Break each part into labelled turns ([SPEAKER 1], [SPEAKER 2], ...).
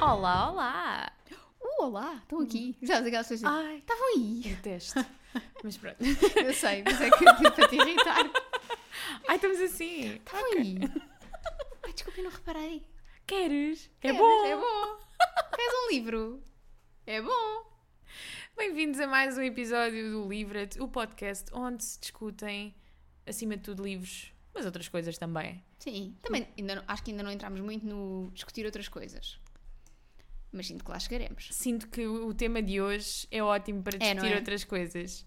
[SPEAKER 1] Olá, olá!
[SPEAKER 2] Uh, olá, estão aqui. Sabes aquelas coisas? Ah,
[SPEAKER 1] Ai,
[SPEAKER 2] estavam aí.
[SPEAKER 1] detesto. Mas pronto.
[SPEAKER 2] Eu sei, mas é que eu tive para te irritar.
[SPEAKER 1] Ai, estamos assim.
[SPEAKER 2] Estavam aí. Ai, desculpa, eu não reparei.
[SPEAKER 1] Queres? É
[SPEAKER 2] Queres?
[SPEAKER 1] bom!
[SPEAKER 2] É bom. Queres um livro? É bom.
[SPEAKER 1] Bem-vindos a mais um episódio do Livra-te, o podcast onde se discutem, acima de tudo, livros, mas outras coisas também.
[SPEAKER 2] Sim, também ainda não- acho que ainda não entramos muito no discutir outras coisas. Mas sinto que lá chegaremos.
[SPEAKER 1] Sinto que o o tema de hoje é ótimo para
[SPEAKER 2] É, não
[SPEAKER 1] discutir
[SPEAKER 2] é?
[SPEAKER 1] outras coisas.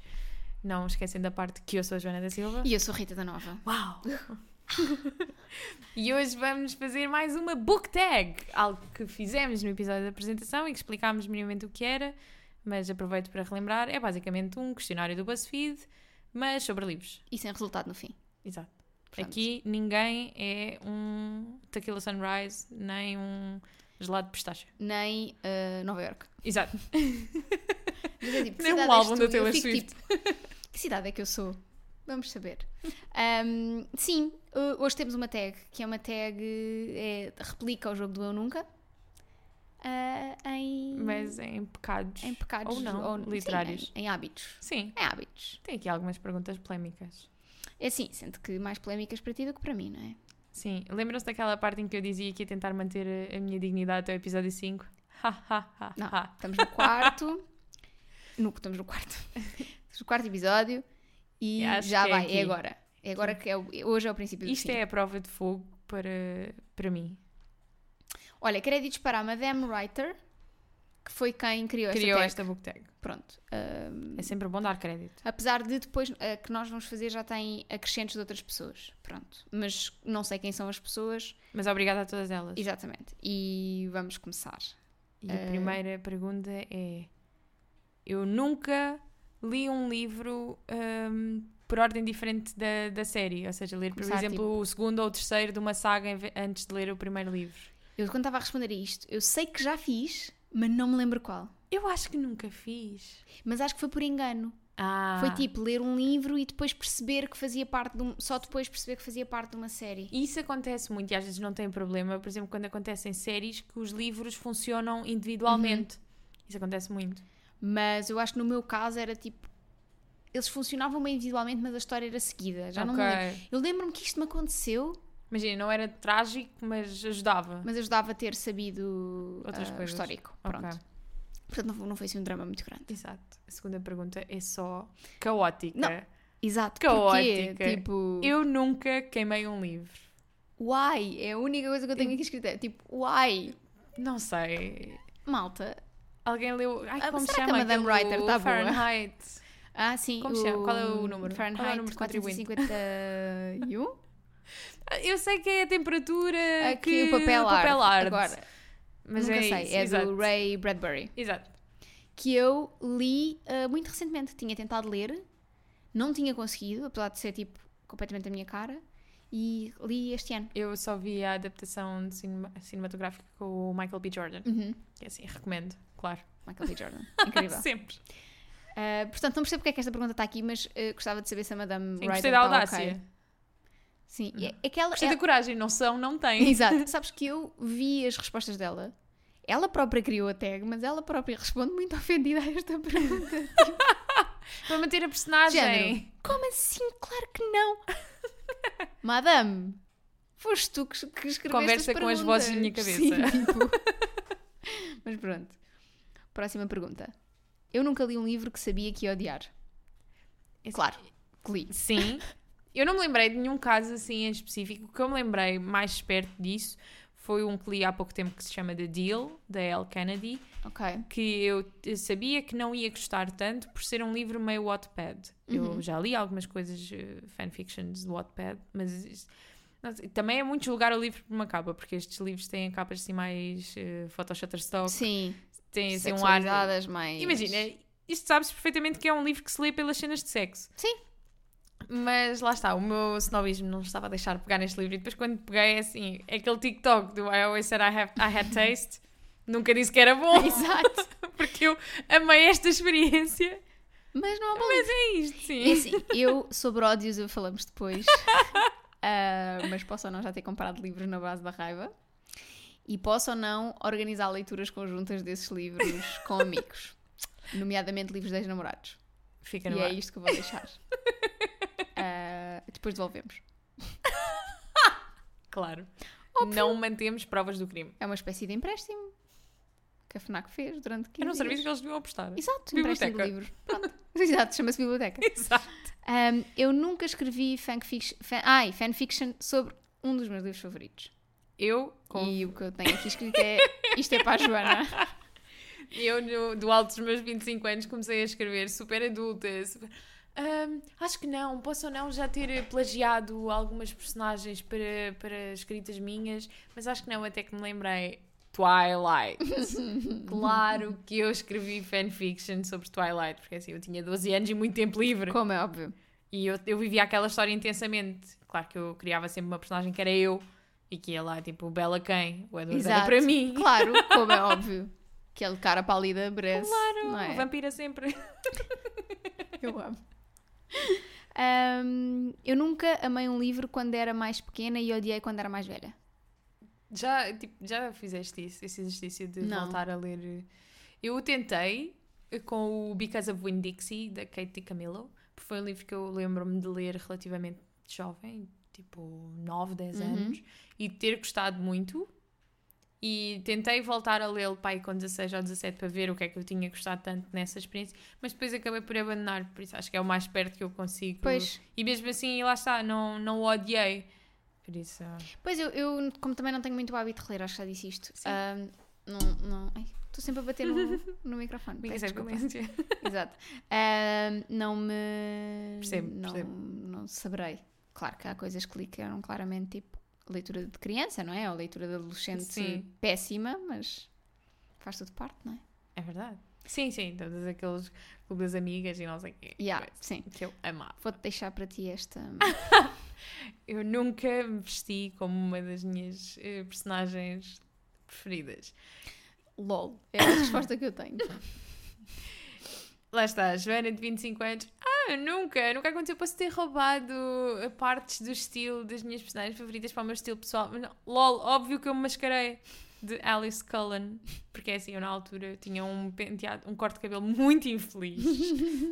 [SPEAKER 1] Não esquecendo da parte que eu sou a Joana da Silva.
[SPEAKER 2] E eu sou Rita da Nova.
[SPEAKER 1] Uau! e hoje vamos fazer mais uma book tag, algo que fizemos no episódio da apresentação e que explicámos minimamente o que era, mas aproveito para relembrar, é basicamente um questionário do BuzzFeed, mas sobre livros.
[SPEAKER 2] E sem resultado no fim.
[SPEAKER 1] Exato.
[SPEAKER 2] Portanto.
[SPEAKER 1] Aqui ninguém é um Tequila Sunrise, nem um gelado de pistache.
[SPEAKER 2] Nem ah, Nova York.
[SPEAKER 1] Exato.
[SPEAKER 2] Mas é tipo, que
[SPEAKER 1] Nem um
[SPEAKER 2] cidade
[SPEAKER 1] álbum
[SPEAKER 2] és
[SPEAKER 1] da
[SPEAKER 2] tu? E eu
[SPEAKER 1] Taylor
[SPEAKER 2] fico,
[SPEAKER 1] Swift.
[SPEAKER 2] tipo, que cidade é que eu sou? Vamos saber. Ahm, sim, ho- hoje temos uma tag, que é uma tag eh, é, replica o jogo do Eu Nunca ah, em,
[SPEAKER 1] Mas em pecados.
[SPEAKER 2] em pecados
[SPEAKER 1] ou não,
[SPEAKER 2] sim, é.
[SPEAKER 1] literários.
[SPEAKER 2] em, em hábitos.
[SPEAKER 1] Sim.
[SPEAKER 2] Em hábitos.
[SPEAKER 1] Tem aqui algumas perguntas polémicas.
[SPEAKER 2] É assim, sendo que mais polémicas para ti do que para mim, não é?
[SPEAKER 1] Sim, lembram-se daquela parte em que eu dizia que ia tentar manter a- a minha dignidade até o episódio 5? Ha, ha, ha,
[SPEAKER 2] Não,
[SPEAKER 1] ha.
[SPEAKER 2] estamos no quarto. no, estamos no quarto. Estamos no quarto episódio e
[SPEAKER 1] Eu acho
[SPEAKER 2] já
[SPEAKER 1] que é
[SPEAKER 2] vai,
[SPEAKER 1] aqui.
[SPEAKER 2] é agora. É agora que é o, hoje é o princípio do
[SPEAKER 1] Isto
[SPEAKER 2] fim.
[SPEAKER 1] é a prova de fogo para, para mim.
[SPEAKER 2] Olha, créditos para a Madame é Writer, que foi quem criou,
[SPEAKER 1] Criou
[SPEAKER 2] esta,
[SPEAKER 1] esta book tag.
[SPEAKER 2] tag. Pronto. Ahm,
[SPEAKER 1] É sempre bom dar crédito.
[SPEAKER 2] apesar de depois a que nós vamos fazer já tem acrescentos de outras pessoas. Pronto. Mas não sei quem são as pessoas.
[SPEAKER 1] Mas obrigada a todas elas.
[SPEAKER 2] Exatamente. E vamos começar.
[SPEAKER 1] E
[SPEAKER 2] Eh.
[SPEAKER 1] a primeira pergunta é: Eu nunca li um livro hum, por ordem diferente da, da série. Ou seja, ler, por
[SPEAKER 2] Começar, tipo
[SPEAKER 1] exemplo, o segundo ou o terceiro de uma saga em ve- antes de ler o primeiro livro.
[SPEAKER 2] Eu quando estava a responder a isto, eu sei que já fiz, mas não me lembro qual.
[SPEAKER 1] Eu acho que nunca fiz.
[SPEAKER 2] Mas acho que foi por engano.
[SPEAKER 1] Ah,
[SPEAKER 2] Foi tipo ler um livro e depois perceber que fazia parte de um. Só depois perceber que fazia parte de uma série.
[SPEAKER 1] Isso acontece muito e às vezes não tem problema. Por exemplo, quando acontecem séries que os livros funcionam individualmente.
[SPEAKER 2] Uhum.
[SPEAKER 1] Isso acontece muito.
[SPEAKER 2] Mas eu acho que no meu caso era tipo. Eles funcionavam bem individualmente, mas a história era seguida. Já não me
[SPEAKER 1] Ok.
[SPEAKER 2] lembro. Eu lembro-me que isto me aconteceu,
[SPEAKER 1] Imagina, não era trágico, mas ajudava.
[SPEAKER 2] mas ajudava a ter sabido
[SPEAKER 1] Outras
[SPEAKER 2] ah, o
[SPEAKER 1] coisas.
[SPEAKER 2] histórico.
[SPEAKER 1] Ok.
[SPEAKER 2] Pronto. Portanto, não, não foi assim um drama muito grande.
[SPEAKER 1] Exato. A segunda pergunta é só caótica.
[SPEAKER 2] Não. Exato.
[SPEAKER 1] Caótica.
[SPEAKER 2] Porquê? Tipo,
[SPEAKER 1] Eu nunca queimei um livro.
[SPEAKER 2] why? É a única coisa que eu tenho aqui escrita. É tipo, why?
[SPEAKER 1] Não sei.
[SPEAKER 2] Malta.
[SPEAKER 1] Alguém leu. Ai,
[SPEAKER 2] Ah,
[SPEAKER 1] como
[SPEAKER 2] será
[SPEAKER 1] chama
[SPEAKER 2] que a Madame
[SPEAKER 1] aquele
[SPEAKER 2] Writer tá boa?
[SPEAKER 1] Fahrenheit.
[SPEAKER 2] Ah, sim.
[SPEAKER 1] Como se chama? Qual é o número? Qual é o
[SPEAKER 2] Fahrenheit
[SPEAKER 1] número de contribuinte?
[SPEAKER 2] 451.
[SPEAKER 1] Eu sei que é a temperatura
[SPEAKER 2] Aqui
[SPEAKER 1] É que
[SPEAKER 2] É o papel, arde.
[SPEAKER 1] arde.
[SPEAKER 2] Agora,
[SPEAKER 1] Mas
[SPEAKER 2] nunca
[SPEAKER 1] é
[SPEAKER 2] sei.
[SPEAKER 1] isso,
[SPEAKER 2] é
[SPEAKER 1] exato.
[SPEAKER 2] do Ray Bradbury.
[SPEAKER 1] Exato.
[SPEAKER 2] que eu li ah, muito recentemente. Tinha tentado ler, não tinha conseguido, apesar de ser tipo completamente a minha cara, e li este ano.
[SPEAKER 1] Eu só vi a adaptação de cinema- cinematográfica com o Michael B. Jordan.
[SPEAKER 2] Uhum.
[SPEAKER 1] Que assim, recomendo, claro.
[SPEAKER 2] Michael B. Jordan. Incrível.
[SPEAKER 1] Sempre.
[SPEAKER 2] Ah, portanto, não percebo porque é que esta pergunta está aqui, mas ah, gostava de saber se a Madame
[SPEAKER 1] Sim,
[SPEAKER 2] Ryder
[SPEAKER 1] gostei da
[SPEAKER 2] está
[SPEAKER 1] audácia. Uhum.
[SPEAKER 2] ok. Sim, e é- é que ela.
[SPEAKER 1] Gostei da
[SPEAKER 2] ela-
[SPEAKER 1] coragem. Não são, não têm.
[SPEAKER 2] Exato. Sabes que eu vi as respostas dela. Ela própria criou a tag, mas ela própria responde muito ofendida a esta pergunta.
[SPEAKER 1] Para manter a personagem.
[SPEAKER 2] Género. Como assim? Claro que não! Madame, foste tu que, que escreveste
[SPEAKER 1] Conversa
[SPEAKER 2] as
[SPEAKER 1] com as
[SPEAKER 2] perguntas.
[SPEAKER 1] vozes da minha cabeça.
[SPEAKER 2] Sim, tipo. Mas pronto. Próxima pergunta. Eu nunca li um livro que sabia que ia odiar.
[SPEAKER 1] Esse-
[SPEAKER 2] Claro, que li.
[SPEAKER 1] Sim. Eu não me lembrei de nenhum caso assim em específico. O que eu me lembrei mais perto disso foi um que li há pouco tempo que se chama The Deal, da Elle Kennedy,
[SPEAKER 2] Ok.
[SPEAKER 1] que eu eh, sabia que não ia gostar tanto por ser um livro meio Wattpad. Eu já li algumas coisas, eh, fanfictions de Wattpad, mas isso- não sei, também é muito julgar o livro por uma capa, porque estes livros têm capas assim mais eh, photo shutterstock,
[SPEAKER 2] Sim.
[SPEAKER 1] têm assim um ar...
[SPEAKER 2] Sexualizadas, mas...
[SPEAKER 1] Imagina, isto sabes perfeitamente que é um livro que se lê pelas cenas de sexo.
[SPEAKER 2] Sim.
[SPEAKER 1] Mas lá está, o meu snobismo não estava a deixar pegar neste livro. E depois, quando peguei, é assim, aquele TikTok do I always said I, have, I had taste, nunca disse que era bom,
[SPEAKER 2] Exato.
[SPEAKER 1] porque eu amei esta experiência.
[SPEAKER 2] Mas não é bom.
[SPEAKER 1] Mas é isto, sim.
[SPEAKER 2] É assim, eu sobre ódios eu falamos depois. Ah, mas posso ou não já ter comprado livros na base da raiva. e posso ou não organizar leituras conjuntas desses livros com amigos, nomeadamente livros de ex-namorados.
[SPEAKER 1] Fica no
[SPEAKER 2] E
[SPEAKER 1] ar.
[SPEAKER 2] é isto que eu vou deixar. Ah, depois devolvemos.
[SPEAKER 1] Claro. Não mantemos provas do crime.
[SPEAKER 2] É uma espécie de empréstimo que a FNAC fez durante 15
[SPEAKER 1] Era um
[SPEAKER 2] dias.
[SPEAKER 1] serviço que eles deviam apostar.
[SPEAKER 2] Exato, um empréstimo de
[SPEAKER 1] Biblioteca.
[SPEAKER 2] livros. Pronto. Exato, chama-se biblioteca.
[SPEAKER 1] Exato.
[SPEAKER 2] Ahm, eu nunca escrevi fanfiction, fan, ai, fanfiction sobre um dos meus livros favoritos.
[SPEAKER 1] Eu, com-
[SPEAKER 2] E o que eu tenho aqui escrito é isto é para a Joana.
[SPEAKER 1] eu no- do alto dos meus 25 anos, comecei a escrever super adulta. super- Ahm, acho que não, posso ou não já ter plagiado algumas personagens para, para escritas minhas, mas acho que não, até que me lembrei. Twilight. claro que eu escrevi fanfiction sobre Twilight, porque assim eu tinha 12 anos e muito tempo livre.
[SPEAKER 2] Como é óbvio.
[SPEAKER 1] E eu, eu vivia aquela história intensamente. Claro que eu criava sempre uma personagem que era eu e que ia lá, tipo, Bela quem? O Edward era
[SPEAKER 2] Exato.
[SPEAKER 1] para mim.
[SPEAKER 2] Claro, como é óbvio. Aquele cara pálida brece.
[SPEAKER 1] Claro,
[SPEAKER 2] não é?
[SPEAKER 1] vampira sempre.
[SPEAKER 2] Eu amo. Ahm, eu nunca amei um livro quando era mais pequena e odiei quando era mais velha.
[SPEAKER 1] Já, tipo, já fizeste isso, esse exercício de
[SPEAKER 2] Não.
[SPEAKER 1] voltar a ler? Eu o tentei eh, com o Because of Winn Dixie, da Kate Camillo, porque foi um livro que eu lembro-me de ler relativamente jovem, tipo 9, 10
[SPEAKER 2] Uhum.
[SPEAKER 1] anos, e ter gostado muito. E tentei voltar a lê-lo pai com 16 ou 17 para ver o que é que eu tinha gostado tanto nessa experiência, mas depois acabei por abandonar, por isso acho que é o mais perto que eu consigo.
[SPEAKER 2] Pois,
[SPEAKER 1] E mesmo assim, lá está, não, não o odiei. Por isso.
[SPEAKER 2] pois eu, eu, como também não tenho muito hábito de ler, acho que já disse isto.
[SPEAKER 1] Sim.
[SPEAKER 2] Ahm, não, não, ai, estou sempre a bater no, no microfone.
[SPEAKER 1] Amiga,
[SPEAKER 2] peço
[SPEAKER 1] sem
[SPEAKER 2] desculpa.
[SPEAKER 1] violência.
[SPEAKER 2] Exato. Ahm, não me.
[SPEAKER 1] Percebo,
[SPEAKER 2] não,
[SPEAKER 1] percebo.
[SPEAKER 2] não saberei. Claro que há coisas que lhe que eram claramente tipo leitura de criança, não é? Ou leitura de adolescente
[SPEAKER 1] Sim.
[SPEAKER 2] péssima, mas faz tudo parte, não é?
[SPEAKER 1] É verdade. Sim, sim, todos aqueles clubes das amigas e não sei o quê.
[SPEAKER 2] Yeah, sim.
[SPEAKER 1] Que eu amava.
[SPEAKER 2] Vou-te deixar para ti esta.
[SPEAKER 1] Eu nunca me vesti como uma das minhas eh, personagens preferidas.
[SPEAKER 2] LOL. É a resposta que eu tenho.
[SPEAKER 1] Lá está, a Joana de 25 anos. Ah, nunca, nunca aconteceu. Posso ter roubado eh, partes do estilo das minhas personagens favoritas para o meu estilo pessoal. Mas não, lol, óbvio que eu me mascarei de Alice Cullen. Porque é assim, eu na altura tinha um penteado, um corte de cabelo muito infeliz.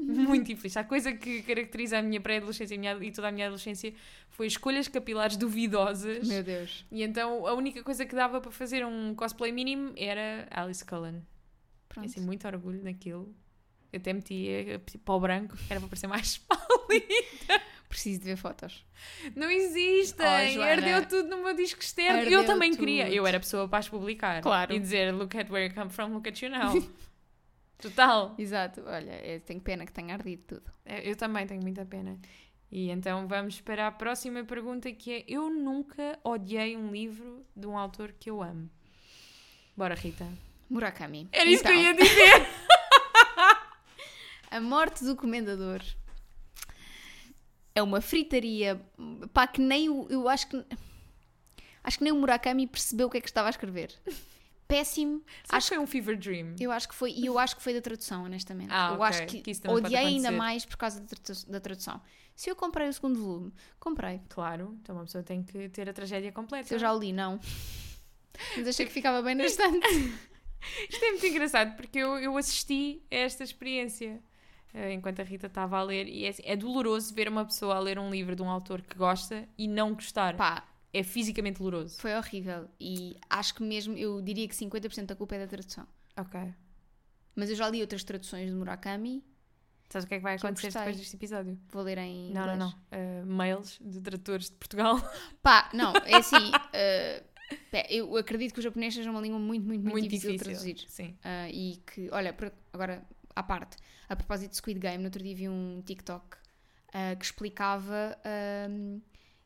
[SPEAKER 1] muito infeliz. A coisa que caracteriza a minha pré-adolescência e, a minha- e toda a minha adolescência foi escolhas capilares duvidosas.
[SPEAKER 2] Meu Deus.
[SPEAKER 1] E então a única coisa que dava para fazer um cosplay mínimo era Alice Cullen.
[SPEAKER 2] Pronto.
[SPEAKER 1] Assim, muito orgulho naquilo. Eu até metia para o tipo, branco, que era para parecer mais pálida.
[SPEAKER 2] Preciso de ver fotos.
[SPEAKER 1] Não existem!
[SPEAKER 2] Oh, Joana.
[SPEAKER 1] Ardeu tudo no meu disco externo.
[SPEAKER 2] Ardeu
[SPEAKER 1] eu também
[SPEAKER 2] tudo.
[SPEAKER 1] queria. Eu era a pessoa para as publicar.
[SPEAKER 2] Claro.
[SPEAKER 1] E dizer, look at where you come from, look at you now. Total.
[SPEAKER 2] Exato. Olha, eu tenho pena que tenha ardido tudo.
[SPEAKER 1] É, Eu também tenho muita pena. E então vamos para a próxima pergunta que é: Eu nunca odiei um livro de um autor que eu amo. Bora, Rita.
[SPEAKER 2] Murakami.
[SPEAKER 1] Era isso que eu
[SPEAKER 2] Então,
[SPEAKER 1] ia dizer.
[SPEAKER 2] A morte do comendador é uma fritaria. Pá, que nem o. Eu acho que. Acho que nem o Murakami percebeu o que é que estava a escrever. Péssimo.
[SPEAKER 1] Acho que foi um fever dream.
[SPEAKER 2] Eu acho que foi. E eu acho que foi da tradução, honestamente.
[SPEAKER 1] Ah,
[SPEAKER 2] eu
[SPEAKER 1] ok,
[SPEAKER 2] acho que,
[SPEAKER 1] que isso também pode
[SPEAKER 2] odiei ainda
[SPEAKER 1] acontecer.
[SPEAKER 2] mais por causa da, tradu- da tradução. Se eu comprei o segundo volume, comprei.
[SPEAKER 1] Claro, então uma pessoa tem que ter a tragédia completa.
[SPEAKER 2] Se eu já o li, não. Mas achei que ficava bem na estante.
[SPEAKER 1] Isto é muito engraçado porque eu, eu assisti a esta experiência eh, enquanto a Rita estava a ler e é, assim, é doloroso ver uma pessoa a ler um livro de um autor que gosta e não gostar.
[SPEAKER 2] Pá,
[SPEAKER 1] É fisicamente doloroso.
[SPEAKER 2] foi horrível. E acho que mesmo, eu diria que 50% da culpa é da tradução.
[SPEAKER 1] Ok.
[SPEAKER 2] Mas eu já li outras traduções de Murakami.
[SPEAKER 1] Sabes o que é que vai
[SPEAKER 2] Que eu
[SPEAKER 1] acontecer
[SPEAKER 2] gostei.
[SPEAKER 1] depois deste episódio?
[SPEAKER 2] Vou ler em
[SPEAKER 1] Não, não,
[SPEAKER 2] inglês.
[SPEAKER 1] não. Eh, mails de tradutores de Portugal.
[SPEAKER 2] Pá, não, é assim. uh, pá, eu acredito que o japonês seja uma língua muito, muito, muito,
[SPEAKER 1] Muito
[SPEAKER 2] difícil,
[SPEAKER 1] difícil.
[SPEAKER 2] de traduzir.
[SPEAKER 1] Sim.
[SPEAKER 2] Uh, e que, olha, por- agora à parte, a propósito de Squid Game, no outro dia vi um TikTok uh, que explicava um,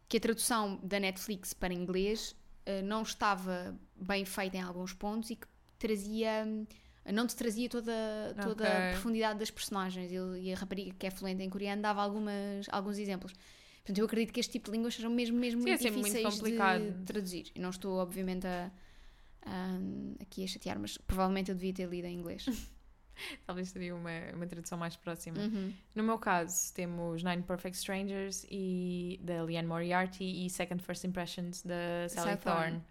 [SPEAKER 2] que a tradução da Netflix para inglês uh, não estava bem feita em alguns pontos e que trazia. um, Não te trazia toda, toda a
[SPEAKER 1] Ok.
[SPEAKER 2] profundidade das personagens. Ele- e a rapariga que é fluente em coreano dava algumas, alguns exemplos. Portanto, eu acredito que este tipo de línguas sejam mesmo, mesmo
[SPEAKER 1] Sim, é
[SPEAKER 2] muito
[SPEAKER 1] sempre muito
[SPEAKER 2] difíceis
[SPEAKER 1] complicado.
[SPEAKER 2] de traduzir. E não estou, obviamente, a, a- aqui a chatear, mas provavelmente eu devia ter lido em inglês.
[SPEAKER 1] Talvez seria uma, uma tradução mais próxima.
[SPEAKER 2] Hum. Uhum.
[SPEAKER 1] No meu caso, temos Nine Perfect Strangers e da Leanne Moriarty e Second First Impressions da Sally
[SPEAKER 2] Sally Thorne.
[SPEAKER 1] Thorne.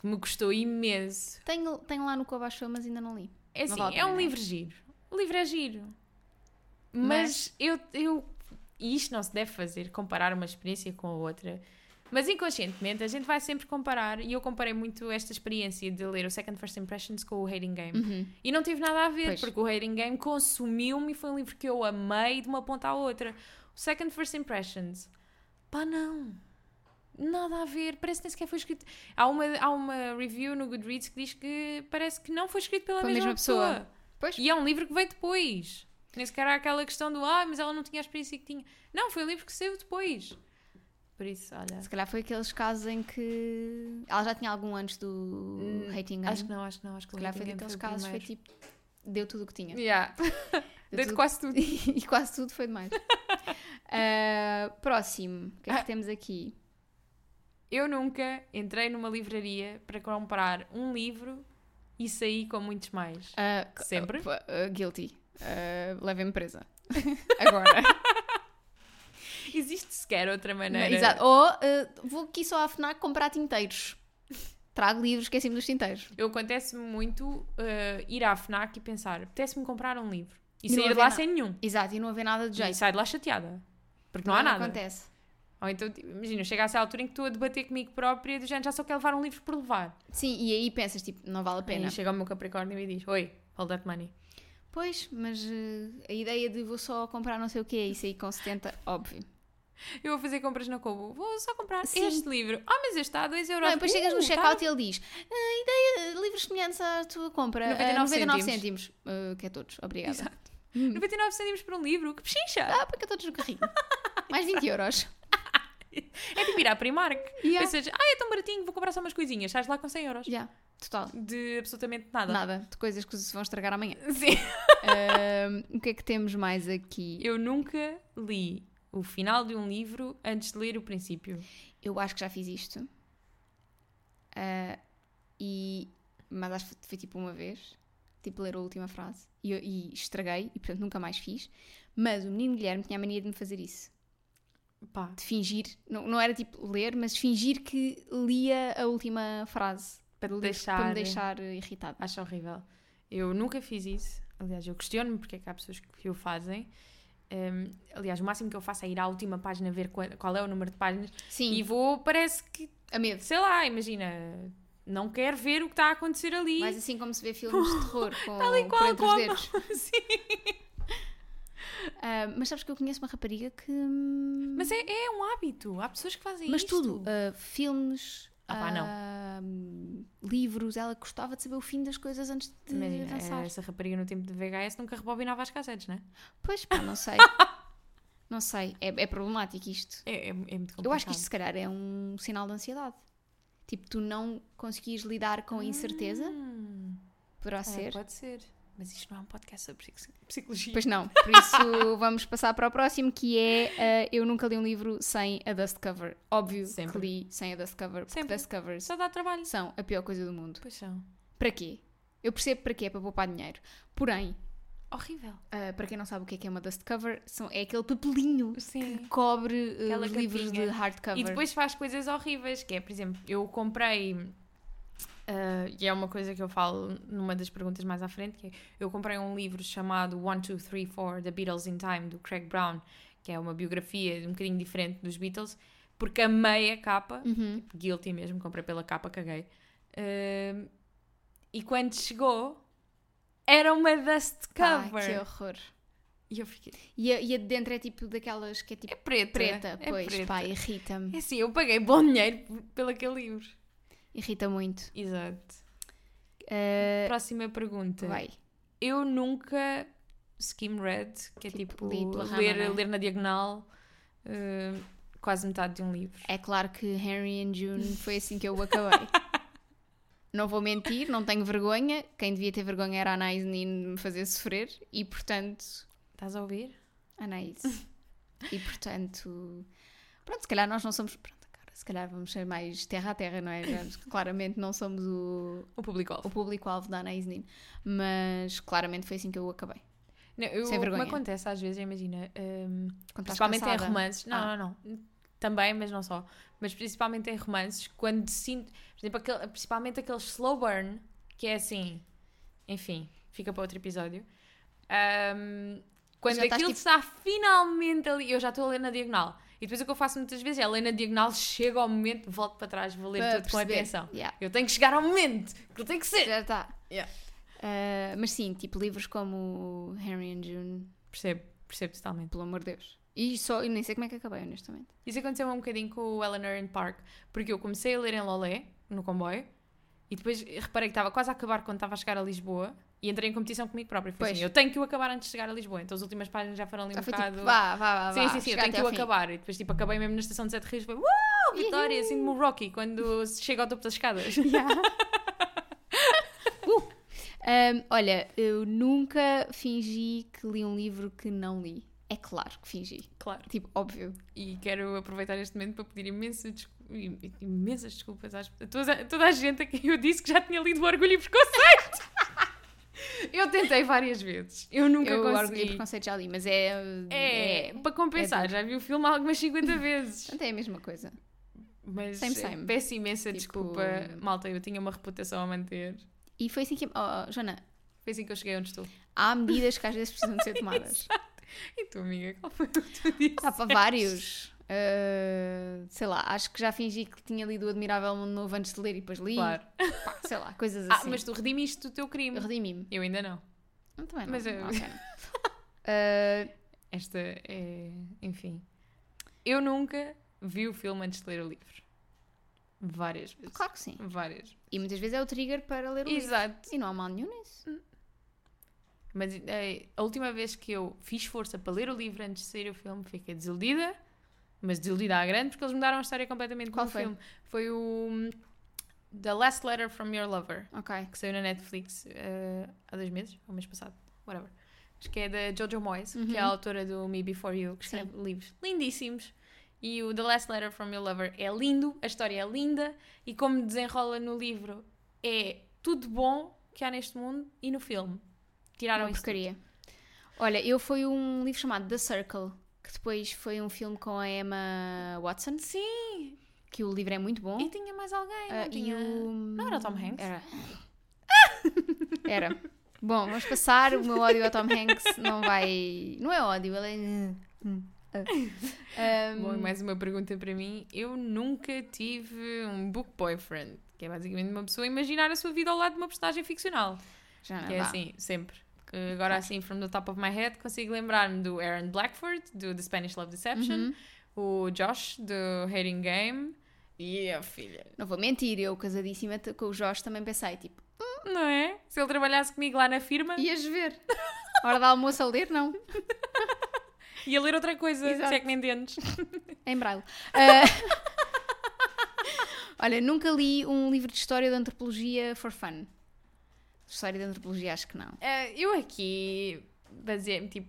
[SPEAKER 1] que me custou imenso.
[SPEAKER 2] Tenho, tenho lá no Cobaixo, mas ainda não li.
[SPEAKER 1] É assim,
[SPEAKER 2] vale a
[SPEAKER 1] é
[SPEAKER 2] pena,
[SPEAKER 1] um
[SPEAKER 2] né?
[SPEAKER 1] livro giro. O livro é giro. Mas, eu, eu. E isto não se deve fazer, comparar uma experiência com a outra. Mas inconscientemente a gente vai sempre comparar. E eu comparei muito esta experiência de ler o Second First Impressions com o Hating Game. E não teve nada a ver,
[SPEAKER 2] Pois.
[SPEAKER 1] porque o Hating Game consumiu-me e foi um livro que eu amei de uma ponta à outra. O Second First Impressions. Pá, não. Nada a ver. Parece que nem sequer foi escrito. Há uma, há uma review no Goodreads que diz que parece que não foi escrito pela
[SPEAKER 2] Pela
[SPEAKER 1] mesma,
[SPEAKER 2] mesma
[SPEAKER 1] pessoa.
[SPEAKER 2] pessoa. Pois,
[SPEAKER 1] E é um livro que veio depois. Nem sequer há aquela questão do ah, mas ela não tinha a experiência que tinha. Não, foi um livro que saiu depois. Por isso, olha.
[SPEAKER 2] se calhar foi aqueles casos em que ela já tinha algum antes do Hating Game.
[SPEAKER 1] Hum, Acho que não, acho que não. Acho que
[SPEAKER 2] se calhar foi
[SPEAKER 1] Hating Game
[SPEAKER 2] daqueles
[SPEAKER 1] o
[SPEAKER 2] casos, foi
[SPEAKER 1] primeiro.
[SPEAKER 2] tipo, deu tudo o que tinha.
[SPEAKER 1] Yeah.
[SPEAKER 2] Deu
[SPEAKER 1] Deu-te
[SPEAKER 2] tudo-
[SPEAKER 1] quase tudo.
[SPEAKER 2] e quase tudo foi demais. Ah, próximo, o que é que
[SPEAKER 1] Ah.
[SPEAKER 2] temos aqui?
[SPEAKER 1] Eu nunca entrei numa livraria para comprar um livro e saí com muitos mais.
[SPEAKER 2] Ah,
[SPEAKER 1] Sempre?
[SPEAKER 2] p- ah, guilty. Ah, Levem-me presa. Agora.
[SPEAKER 1] Existe sequer outra maneira.
[SPEAKER 2] Exato. Ou ah, vou aqui só à FNAC comprar tinteiros. Trago livros, esqueci-me dos tinteiros.
[SPEAKER 1] Eu acontece-me muito eh, ir à FNAC e pensar, apetece-me comprar um livro. E,
[SPEAKER 2] E não
[SPEAKER 1] sair de
[SPEAKER 2] haver
[SPEAKER 1] lá
[SPEAKER 2] nada.
[SPEAKER 1] sem nenhum.
[SPEAKER 2] Exato, e não haver nada de
[SPEAKER 1] Já. E
[SPEAKER 2] jeito.
[SPEAKER 1] saio de lá chateada. Porque não há nada.
[SPEAKER 2] Acontece.
[SPEAKER 1] Ou então, tipo, imagina, eu chego a essa altura em que estou a debater comigo própria, do género, já só quero levar um livro por levar.
[SPEAKER 2] Sim, e aí pensas, tipo, não vale a
[SPEAKER 1] Pena.
[SPEAKER 2] pena.
[SPEAKER 1] Aí chega o meu Capricórnio e diz, oi, all that money.
[SPEAKER 2] Pois, mas ah, a ideia de vou só comprar não sei o quê, é isso aí com 70, óbvio.
[SPEAKER 1] Eu vou fazer compras na Kobo, vou só comprar
[SPEAKER 2] Sim.
[SPEAKER 1] este livro. Ah, mas este está a 2 euros.
[SPEAKER 2] Não, e depois chegas
[SPEAKER 1] Uh,
[SPEAKER 2] no
[SPEAKER 1] tá
[SPEAKER 2] checkout e ele diz: "Ah, ideia, livros semelhantes à tua compra, eh,
[SPEAKER 1] 99
[SPEAKER 2] 99, 99
[SPEAKER 1] cêntimos."
[SPEAKER 2] cêntimos. Ah, que é todos, obrigada.
[SPEAKER 1] Exato. 99 cêntimos por um livro, que pechincha!
[SPEAKER 2] Ah, para que é todos no carrinho. Mais 20 euros.
[SPEAKER 1] É tipo ir à Primark.
[SPEAKER 2] Yeah.
[SPEAKER 1] Ou seja, ah, é tão baratinho, vou comprar só umas coisinhas, sais lá com 100 euros.
[SPEAKER 2] Já, total.
[SPEAKER 1] De absolutamente nada.
[SPEAKER 2] Nada, de coisas que se vão estragar amanhã.
[SPEAKER 1] Sim.
[SPEAKER 2] Ah, o que é que temos mais aqui?
[SPEAKER 1] Eu nunca li o final de um livro antes de ler o princípio.
[SPEAKER 2] Eu acho que já fiz isto. Ah, e. Mas acho que foi tipo uma vez. Tipo, ler a última frase. E, eu- e estraguei, e portanto nunca mais fiz. Mas o menino Guilherme tinha a mania de me fazer isso.
[SPEAKER 1] Pá.
[SPEAKER 2] de fingir, não, não era tipo ler, mas fingir que lia a última frase
[SPEAKER 1] Para te
[SPEAKER 2] do livro
[SPEAKER 1] deixar.
[SPEAKER 2] para me deixar irritada.
[SPEAKER 1] Acho horrível. Eu nunca fiz isso. Aliás, eu questiono-me porque é que há pessoas que o fazem. Hum, aliás, o máximo que eu faço é ir à última página ver qua- qual é o número de páginas e
[SPEAKER 2] Sim,
[SPEAKER 1] vou, parece que,
[SPEAKER 2] a medo.
[SPEAKER 1] sei lá, imagina, não quero ver o que está a acontecer ali.
[SPEAKER 2] Mas assim como se vê filmes de terror com
[SPEAKER 1] Tal e
[SPEAKER 2] por
[SPEAKER 1] qual,
[SPEAKER 2] entre
[SPEAKER 1] com
[SPEAKER 2] os
[SPEAKER 1] a
[SPEAKER 2] dedos.
[SPEAKER 1] Sim.
[SPEAKER 2] Ah, mas sabes que eu conheço uma rapariga que. hum,
[SPEAKER 1] Mas é, é um hábito. Há pessoas que fazem
[SPEAKER 2] mas
[SPEAKER 1] É isto.
[SPEAKER 2] tudo, ah, filmes,
[SPEAKER 1] Ah pá, não.
[SPEAKER 2] ah, hum, livros, ela gostava de saber o fim das coisas antes de
[SPEAKER 1] Imagina, eh, é.
[SPEAKER 2] avançar.
[SPEAKER 1] essa rapariga no tempo de VHS nunca rebobinava as cassetes, não é?
[SPEAKER 2] Pois pá, não sei. não sei, é, é problemático isto.
[SPEAKER 1] É, é- é muito complicado.
[SPEAKER 2] Eu acho que isto se calhar é um sinal de ansiedade. Tipo, tu não conseguires lidar com a incerteza,
[SPEAKER 1] Hum,
[SPEAKER 2] poderá
[SPEAKER 1] Ah, é,
[SPEAKER 2] ser.
[SPEAKER 1] pode ser. Mas isto não é um podcast sobre psico- psicologia.
[SPEAKER 2] Pois não, por isso vamos passar para o próximo que é uh, Eu nunca li um livro sem a dust cover. Óbvio
[SPEAKER 1] Sempre.
[SPEAKER 2] que li sem a dust cover, porque
[SPEAKER 1] Sempre.
[SPEAKER 2] dust covers
[SPEAKER 1] Só dá trabalho.
[SPEAKER 2] são a pior coisa do mundo.
[SPEAKER 1] Pois são.
[SPEAKER 2] Para quê? Eu percebo para quê, é para poupar dinheiro. Porém,
[SPEAKER 1] Horrível.
[SPEAKER 2] uh, para quem não sabe o que é que é uma dust cover, são, é aquele papelinho que
[SPEAKER 1] Sim.
[SPEAKER 2] cobre uh,
[SPEAKER 1] Aquela
[SPEAKER 2] os livros de
[SPEAKER 1] capinha.
[SPEAKER 2] hardcover.
[SPEAKER 1] E depois faz coisas horríveis, que é, por exemplo, eu comprei, ah, e é uma coisa que eu falo numa das perguntas mais à frente, que é, eu comprei um livro chamado One, Two, Three, Four, The Beatles in Time, do Craig Brown, que é uma biografia um bocadinho diferente dos Beatles, porque amei a capa,
[SPEAKER 2] Uhum.
[SPEAKER 1] guilty mesmo, comprei pela capa, caguei. Ah, e quando chegou, era uma dust
[SPEAKER 2] Pá,
[SPEAKER 1] cover.
[SPEAKER 2] que horror.
[SPEAKER 1] E eu fiquei,
[SPEAKER 2] E a, e a de dentro é tipo daquelas que é tipo
[SPEAKER 1] é preta.
[SPEAKER 2] preta,
[SPEAKER 1] é
[SPEAKER 2] pois,
[SPEAKER 1] preta.
[SPEAKER 2] pá, irrita-me.
[SPEAKER 1] É assim, eu paguei bom dinheiro p- pelo aquele livro.
[SPEAKER 2] Irrita muito.
[SPEAKER 1] Exato.
[SPEAKER 2] Uh,
[SPEAKER 1] Próxima pergunta.
[SPEAKER 2] vai.
[SPEAKER 1] Eu nunca skim read, que é
[SPEAKER 2] Tipo,
[SPEAKER 1] tipo,
[SPEAKER 2] li pela rama,
[SPEAKER 1] ler,
[SPEAKER 2] né?
[SPEAKER 1] ler na diagonal eh, quase metade de um livro.
[SPEAKER 2] É claro que Henry and June foi assim que eu o acabei. não vou mentir, não tenho vergonha. Quem devia ter vergonha era a Anaís Nin me fazer sofrer. E portanto,
[SPEAKER 1] Estás a ouvir?
[SPEAKER 2] Anaís. é e portanto, pronto, se calhar nós não somos. Pronto, cara, se calhar vamos ser mais terra a terra, não é? Vamos- Claramente não somos o,
[SPEAKER 1] O público
[SPEAKER 2] o público-alvo da Anaís Nin. Mas claramente foi assim que eu o acabei.
[SPEAKER 1] Não, eu,
[SPEAKER 2] Sem
[SPEAKER 1] o que me
[SPEAKER 2] vergonha.
[SPEAKER 1] acontece às vezes, imagina, ehm,
[SPEAKER 2] Quando estás
[SPEAKER 1] principalmente em
[SPEAKER 2] cansada.
[SPEAKER 1] romances. Não,
[SPEAKER 2] Ah.
[SPEAKER 1] não, não. também, mas não só. Mas principalmente em romances, quando sinto. Por exemplo, aquele- principalmente aquele slow burn, que é assim. Enfim, fica para outro episódio. Ahm, quando
[SPEAKER 2] Já estás,
[SPEAKER 1] aquilo
[SPEAKER 2] tipo-
[SPEAKER 1] está finalmente ali. Eu já estou a ler na diagonal. E depois o que eu faço muitas vezes é ler na diagonal, chego ao momento, volto para trás, vou ler
[SPEAKER 2] Para
[SPEAKER 1] tudo com
[SPEAKER 2] perceber.
[SPEAKER 1] atenção.
[SPEAKER 2] Yeah,
[SPEAKER 1] Eu tenho que chegar ao momento, que tem que ser.
[SPEAKER 2] já está.
[SPEAKER 1] Yeah.
[SPEAKER 2] Ah, mas sim, tipo livros como Harry and June,
[SPEAKER 1] Percebo, percebo totalmente.
[SPEAKER 2] pelo amor de Deus. E só, eu nem sei como é que acabei, honestamente.
[SPEAKER 1] Isso aconteceu um bocadinho com o Eleanor and Park, porque eu comecei a ler em Lolé, no comboio, e depois reparei que estava quase a acabar quando estava a chegar a Lisboa, e entrei em competição comigo própria. Foi
[SPEAKER 2] Pois.
[SPEAKER 1] assim, eu tenho que o acabar antes de chegar a Lisboa, então as últimas páginas já foram ali um
[SPEAKER 2] Já foi
[SPEAKER 1] bocado...
[SPEAKER 2] tipo, vá, vá, vá.
[SPEAKER 1] sim,
[SPEAKER 2] vá,
[SPEAKER 1] sim, sim, eu
[SPEAKER 2] chega
[SPEAKER 1] tenho que
[SPEAKER 2] até
[SPEAKER 1] o
[SPEAKER 2] ao fim.
[SPEAKER 1] acabar. E depois tipo, acabei mesmo na estação de Sete Rios, foi uau, vitória, assim como o Rocky, quando se chega ao topo das escadas.
[SPEAKER 2] Uh! Ahm, olha, eu nunca fingi que li um livro que não li. É claro que fingi.
[SPEAKER 1] Claro.
[SPEAKER 2] Tipo, óbvio.
[SPEAKER 1] E quero aproveitar este momento para pedir imenso des- im- imensas desculpas às- a toda, a toda a gente a quem eu disse que já tinha lido o Orgulho e Preconceito. eu tentei várias vezes. Eu nunca
[SPEAKER 2] eu Orgulho e
[SPEAKER 1] consegui.
[SPEAKER 2] Preconceito já li, mas é...
[SPEAKER 1] É, para compensar,
[SPEAKER 2] é
[SPEAKER 1] já vi o filme algumas 50 vezes.
[SPEAKER 2] Portanto, é a mesma coisa.
[SPEAKER 1] Mas
[SPEAKER 2] Same, same.
[SPEAKER 1] peço imensa
[SPEAKER 2] Tipo-
[SPEAKER 1] desculpa, malta. Eu tinha uma reputação a manter.
[SPEAKER 2] E foi assim que... Oh, Joana,
[SPEAKER 1] Foi assim que eu cheguei onde estou.
[SPEAKER 2] há medidas que às vezes precisam de ser tomadas.
[SPEAKER 1] E tu, amiga, qual foi o que tu disse?
[SPEAKER 2] Há para vários. Ah, sei lá, acho que já fingi que tinha lido o Admirável Mundo Novo antes de ler e depois li.
[SPEAKER 1] Claro.
[SPEAKER 2] Pá, sei lá, coisas
[SPEAKER 1] Ah,
[SPEAKER 2] assim.
[SPEAKER 1] mas tu redimiste o teu crime.
[SPEAKER 2] Eu redimi-me.
[SPEAKER 1] Eu ainda não.
[SPEAKER 2] Não, Também não.
[SPEAKER 1] Mas eu-
[SPEAKER 2] não, ok, Uh, não. Ah,
[SPEAKER 1] Esta é. Enfim. Eu nunca vi o filme antes de ler o livro. Várias vezes.
[SPEAKER 2] claro que sim.
[SPEAKER 1] Várias.
[SPEAKER 2] E muitas vezes é o trigger para ler o livro.
[SPEAKER 1] Exato. Hum.
[SPEAKER 2] E não há mal nenhum nisso.
[SPEAKER 1] Mas eh, a última vez que eu fiz força para ler o livro antes de sair o filme, fiquei desiludida. Mas desiludida à grande, porque eles mudaram a história completamente
[SPEAKER 2] Qual
[SPEAKER 1] com o
[SPEAKER 2] foi?
[SPEAKER 1] filme. Foi o. hum, The Last Letter from Your Lover,
[SPEAKER 2] Ok.
[SPEAKER 1] que saiu na Netflix eh, há dois meses, ou mês passado, whatever. Acho que é da Jojo Moyes, que é a
[SPEAKER 2] Uhum.
[SPEAKER 1] autora do Me Before You, que
[SPEAKER 2] Sim.
[SPEAKER 1] escreve livros lindíssimos. E o The Last Letter from Your Lover é lindo, a história é linda e como desenrola no livro é tudo bom que há neste mundo e no filme. Tiraram
[SPEAKER 2] Uma
[SPEAKER 1] isso. tudo.
[SPEAKER 2] porcaria. Olha, eu fui um livro chamado The Circle, que depois foi um filme com a Emma Watson,
[SPEAKER 1] Sim!
[SPEAKER 2] que o livro é muito bom.
[SPEAKER 1] E tinha mais alguém,
[SPEAKER 2] Ah,
[SPEAKER 1] não tinha?
[SPEAKER 2] o-
[SPEAKER 1] Não era o Tom Hanks?
[SPEAKER 2] Era. Era. Bom, vamos passar. O meu ódio ao Tom Hanks não vai. Não é ódio, ele é. Um,
[SPEAKER 1] Bom, e mais uma pergunta para mim. Eu nunca tive um book boyfriend, que é basicamente uma pessoa a imaginar a sua vida ao lado de uma personagem ficcional.
[SPEAKER 2] já não
[SPEAKER 1] Que é
[SPEAKER 2] dá.
[SPEAKER 1] assim, sempre. Que agora assim, from the top of my head, consigo lembrar-me do Aaron Blackford, do The Spanish Love Deception,
[SPEAKER 2] Uhum.
[SPEAKER 1] o Josh, do Hating Game, e a filha.
[SPEAKER 2] Não vou mentir, eu casadíssima t- com o Jorge também pensei, tipo,
[SPEAKER 1] Não é? Se ele trabalhasse comigo lá na firma,
[SPEAKER 2] ias ver. Hora da almoço a ler, não.
[SPEAKER 1] ia ler outra coisa,
[SPEAKER 2] Exato.
[SPEAKER 1] se é que me entendes.
[SPEAKER 2] Em braille. Ah, Olha, nunca li um livro de história de antropologia for fun. História de antropologia, acho que não.
[SPEAKER 1] Eh, eu aqui, basei-me, tipo,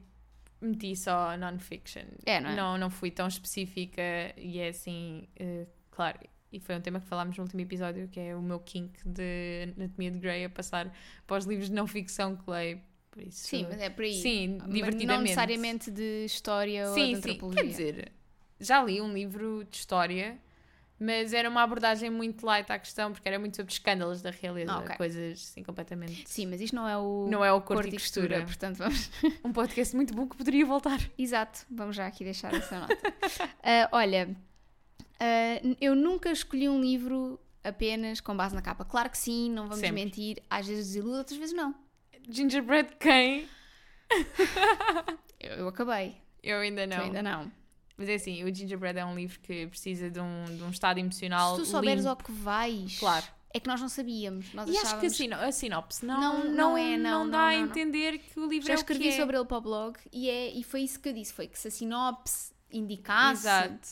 [SPEAKER 1] meti só non-fiction.
[SPEAKER 2] É, não é?
[SPEAKER 1] Não, não fui tão específica e é assim, eh, claro. E foi um tema que falámos no último episódio, que é o meu kink de Anatomia de Grey a passar para os livros de não ficção que leio. Por isso,
[SPEAKER 2] Sim, mas é por aí.
[SPEAKER 1] Sim,
[SPEAKER 2] Mas
[SPEAKER 1] divertidamente.
[SPEAKER 2] Não necessariamente de história ou de
[SPEAKER 1] Sim, sim.
[SPEAKER 2] antropologia.
[SPEAKER 1] Quer dizer, já li um livro de história, mas era uma abordagem muito light à questão, porque era muito sobre escândalos da realeza,
[SPEAKER 2] Ah, ok.
[SPEAKER 1] coisas assim completamente.
[SPEAKER 2] Sim, mas isto não é o.
[SPEAKER 1] Não é o
[SPEAKER 2] cor
[SPEAKER 1] corte e costura.
[SPEAKER 2] Portanto, vamos.
[SPEAKER 1] Um podcast muito bom que poderia voltar.
[SPEAKER 2] Exato, vamos já aqui deixar essa nota. Ah, olha, ah, n- eu nunca escolhi um livro apenas com base na capa. Claro que sim, não vamos
[SPEAKER 1] Sempre.
[SPEAKER 2] mentir. Às vezes desiludo, outras vezes não.
[SPEAKER 1] Gingerbread quem?
[SPEAKER 2] Eu, eu acabei.
[SPEAKER 1] Eu ainda não.
[SPEAKER 2] Tu ainda não.
[SPEAKER 1] Mas é assim, o Gingerbread é um livro que precisa de um, de um estado emocional.
[SPEAKER 2] Se tu souberes
[SPEAKER 1] limpo.
[SPEAKER 2] ao que vais.
[SPEAKER 1] Claro.
[SPEAKER 2] É que nós não sabíamos. Nós
[SPEAKER 1] E acho que assim, a,
[SPEAKER 2] achávamos.
[SPEAKER 1] sino, a sinopse não,
[SPEAKER 2] Não-
[SPEAKER 1] não,
[SPEAKER 2] não é, não,
[SPEAKER 1] não dá
[SPEAKER 2] não,
[SPEAKER 1] a
[SPEAKER 2] não, não.
[SPEAKER 1] entender que o livro
[SPEAKER 2] Já
[SPEAKER 1] é o que
[SPEAKER 2] escrevi
[SPEAKER 1] é.
[SPEAKER 2] sobre ele para o blog e, é, e foi isso que eu disse: foi que se a sinopse indicasse,
[SPEAKER 1] Exato,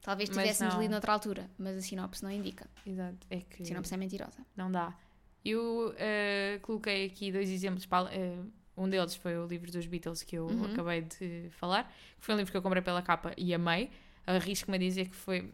[SPEAKER 2] talvez
[SPEAKER 1] Mas
[SPEAKER 2] tivéssemos
[SPEAKER 1] não.
[SPEAKER 2] lido noutra altura, mas a sinopse não indica.
[SPEAKER 1] exato. É que
[SPEAKER 2] A sinopse é mentirosa.
[SPEAKER 1] não dá. Eu eh, coloquei aqui dois exemplos. Para, eh, um deles foi o livro dos Beatles que eu
[SPEAKER 2] Uhum.
[SPEAKER 1] acabei de falar, que foi um livro que eu comprei pela capa e amei. Arrisco-me a dizer que foi.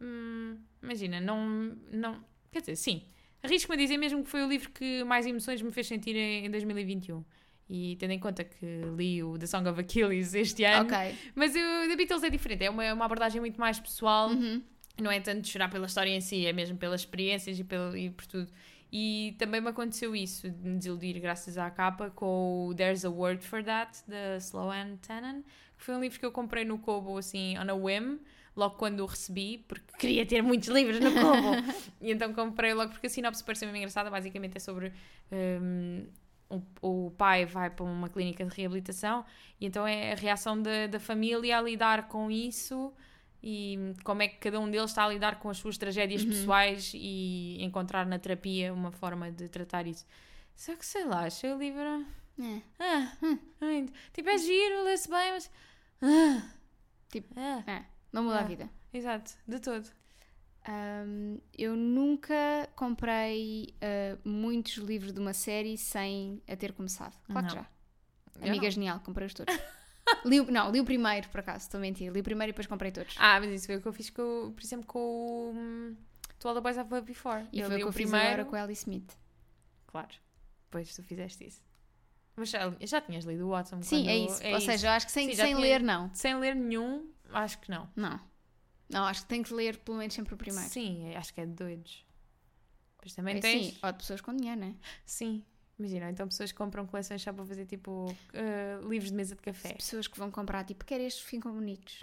[SPEAKER 1] Hum, imagina, não, não. Quer dizer, sim. Arrisco-me a dizer mesmo que foi o livro que mais emoções me fez sentir em, em 2021. E tendo em conta que li o The Song of Achilles este ano,
[SPEAKER 2] Ok.
[SPEAKER 1] mas o The Beatles é diferente, é uma, é uma abordagem muito mais pessoal,
[SPEAKER 2] Uhum.
[SPEAKER 1] não é tanto chorar pela história em si, é mesmo pelas experiências e, pelo, e por tudo. E também me aconteceu isso, de me desiludir graças à capa, com o There's a Word for That, da Sloan Tannen, que foi um livro que eu comprei no Kobo, assim, on a whim, logo quando o recebi, porque queria ter muitos livros no Kobo. e então comprei logo, porque a sinopse pareceu mesmo engraçada, basicamente é sobre... hum, o, o pai vai para uma clínica de reabilitação e então é a reação da, da família a lidar com isso e como é que cada um deles está a lidar com as suas tragédias
[SPEAKER 2] Uhum.
[SPEAKER 1] pessoais e encontrar na terapia uma forma de tratar isso. Só que sei lá, achei o livro.
[SPEAKER 2] É.
[SPEAKER 1] Ah, ainda- tipo, é giro, lê-se bem, mas. Ah,
[SPEAKER 2] Tipo-
[SPEAKER 1] ah,
[SPEAKER 2] É, Não muda a
[SPEAKER 1] Ah.
[SPEAKER 2] vida.
[SPEAKER 1] exato, de todo.
[SPEAKER 2] Ahm, eu nunca comprei ah, muitos livros de uma série sem a ter começado. Claro que
[SPEAKER 1] Não.
[SPEAKER 2] já. Amiga genial, comprei-os todos. li o, não, li o primeiro, por acaso, estou a mentir. Li o primeiro e depois comprei todos.
[SPEAKER 1] Ah, mas isso foi o que eu fiz, com, o- por exemplo, com o. hum, To All the Boys I've Loved Before.
[SPEAKER 2] e
[SPEAKER 1] Eu
[SPEAKER 2] foi
[SPEAKER 1] li
[SPEAKER 2] o que eu fiz agora com a Ellie Smith.
[SPEAKER 1] Claro. Pois tu fizeste isso. Mas já, já tinhas lido o Watson
[SPEAKER 2] Sim,
[SPEAKER 1] quando-
[SPEAKER 2] é isso. Ou seja, eu acho que sem,
[SPEAKER 1] Sim, já
[SPEAKER 2] sem
[SPEAKER 1] tinha-
[SPEAKER 2] ler, não.
[SPEAKER 1] Sem ler nenhum, acho que não.
[SPEAKER 2] Não. Não, acho que tenho que ler pelo menos sempre o primeiro.
[SPEAKER 1] Sim, é- acho que é de doidos. Mas também
[SPEAKER 2] É,
[SPEAKER 1] tens.
[SPEAKER 2] sim, ou de pessoas com dinheiro, né?
[SPEAKER 1] Sim. Imagina, então pessoas que compram coleções só para fazer tipo eh, livros de mesa de
[SPEAKER 2] Se
[SPEAKER 1] café.
[SPEAKER 2] Pessoas que vão comprar, tipo, quer estes ficam bonitos.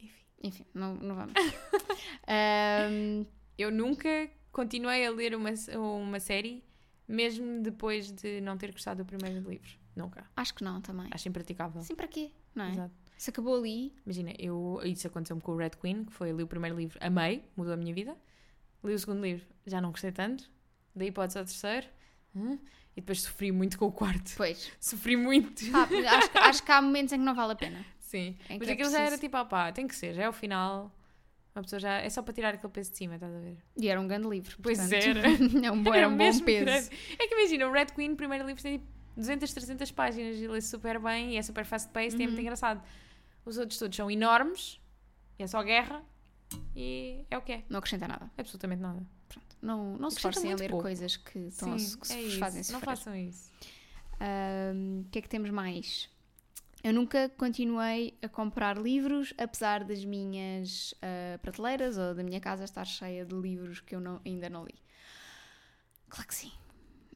[SPEAKER 1] Enfim.
[SPEAKER 2] Enfim, não, não vamos. Ahm,
[SPEAKER 1] Eu nunca continuei a ler uma, uma série, mesmo depois de não ter gostado do primeiro livro. Nunca.
[SPEAKER 2] acho que não também.
[SPEAKER 1] Acho impraticável.
[SPEAKER 2] Sim, para quê? Não é?
[SPEAKER 1] Exato.
[SPEAKER 2] Se acabou ali,
[SPEAKER 1] Imagina, eu, isso aconteceu-me com o Red Queen, que foi, li o primeiro livro, amei, mudou a minha vida. Li o segundo livro, já não gostei tanto. Daí pode ser o terceiro. hum, E depois sofri muito com o quarto.
[SPEAKER 2] pois.
[SPEAKER 1] Sofri muito.
[SPEAKER 2] Pá, acho, que- acho que há momentos em que não vale a pena.
[SPEAKER 1] Sim.
[SPEAKER 2] Em
[SPEAKER 1] Mas
[SPEAKER 2] que é
[SPEAKER 1] aquilo já era
[SPEAKER 2] preciso-
[SPEAKER 1] tipo, ah pá, tem que ser, já é o final. Uma pessoa já. É só para tirar aquele peso de cima, estás a ver?
[SPEAKER 2] E era um grande livro.
[SPEAKER 1] Pois
[SPEAKER 2] portanto,
[SPEAKER 1] era.
[SPEAKER 2] É um bom, era um bom
[SPEAKER 1] mesmo
[SPEAKER 2] peso.
[SPEAKER 1] grande. É que imagina, o Red Queen, o primeiro livro, tem tipo 200, 300 páginas e lê super bem e é super fast paced e é
[SPEAKER 2] Uhum.
[SPEAKER 1] muito engraçado. Os outros todos são enormes, e é só guerra e é o que é.
[SPEAKER 2] Não acrescenta nada.
[SPEAKER 1] Absolutamente nada.
[SPEAKER 2] Pronto. Não, não se
[SPEAKER 1] Acrescenta
[SPEAKER 2] forcem a
[SPEAKER 1] muito
[SPEAKER 2] ler
[SPEAKER 1] pouco.
[SPEAKER 2] coisas que, estão a su- que Então, se
[SPEAKER 1] é
[SPEAKER 2] vos
[SPEAKER 1] isso.
[SPEAKER 2] fazem
[SPEAKER 1] Não
[SPEAKER 2] sofrer.
[SPEAKER 1] façam isso.
[SPEAKER 2] Ahm, O que é que temos mais? Eu nunca continuei a comprar livros, apesar das minhas ah, prateleiras ou da minha casa estar cheia de livros que eu não- ainda não li. Claro que sim.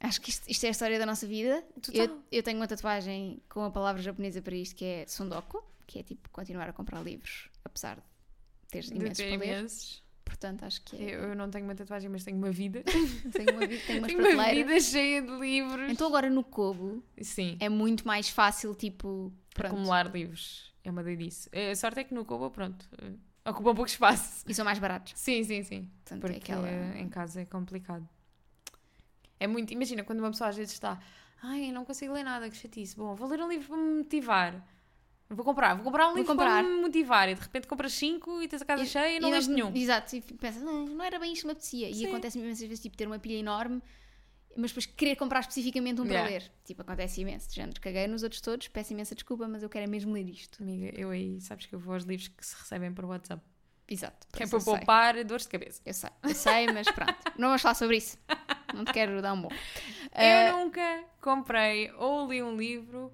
[SPEAKER 2] Acho que isto, isto é a história da nossa vida.
[SPEAKER 1] Total.
[SPEAKER 2] Eu, eu tenho uma tatuagem com a palavra japonesa para isto que é sundoku, que é tipo continuar a comprar livros, apesar de teres
[SPEAKER 1] De
[SPEAKER 2] imensos
[SPEAKER 1] ter
[SPEAKER 2] para ler.
[SPEAKER 1] imensos.
[SPEAKER 2] Portanto, acho que é.
[SPEAKER 1] Eu, eu não tenho uma tatuagem, mas tenho uma vida.
[SPEAKER 2] Tenho uma vida, tenho umas
[SPEAKER 1] tenho uma
[SPEAKER 2] prateleiras.
[SPEAKER 1] vida cheia de livros.
[SPEAKER 2] Então agora no Kobo
[SPEAKER 1] Sim.
[SPEAKER 2] é muito mais fácil, tipo, pronto,
[SPEAKER 1] Acumular livros. É uma doidice. A sorte é que no Cuba, pronto, eh, ocupa pouco espaço.
[SPEAKER 2] E são mais baratos.
[SPEAKER 1] Sim, sim, sim.
[SPEAKER 2] Portanto,
[SPEAKER 1] Porque
[SPEAKER 2] é aquela.
[SPEAKER 1] eh, em casa é complicado. É muito. Imagina quando uma pessoa às vezes está. Ai, eu não consigo ler nada, que chatice. Bom, vou ler um livro para me motivar. Vou comprar, vou comprar um
[SPEAKER 2] Vou
[SPEAKER 1] livro
[SPEAKER 2] comprar.
[SPEAKER 1] para me motivar. E de repente compras cinco e tens a casa cheia e não lês
[SPEAKER 2] nós-
[SPEAKER 1] nenhum.
[SPEAKER 2] Exato, e pensas, "Ah, não era bem isto que me apetecia.
[SPEAKER 1] Sim.
[SPEAKER 2] E acontece imensas vezes, tipo, ter uma pilha enorme, mas depois querer comprar especificamente um
[SPEAKER 1] Yeah.
[SPEAKER 2] para ler. Tipo, acontece imenso. De género, caguei nos outros todos, peço imensa desculpa, mas eu quero é mesmo ler isto.
[SPEAKER 1] Amiga, eu aí, sabes que eu vou aos livros que se recebem por WhatsApp.
[SPEAKER 2] Exato.
[SPEAKER 1] Que é
[SPEAKER 2] isso
[SPEAKER 1] para
[SPEAKER 2] eu sei.
[SPEAKER 1] poupar dores de cabeça.
[SPEAKER 2] Eu sei, eu sei, mas pronto. Não vamos falar sobre isso. Não te quero dar um bom. Ah, Eh,
[SPEAKER 1] Eu nunca comprei ou li um livro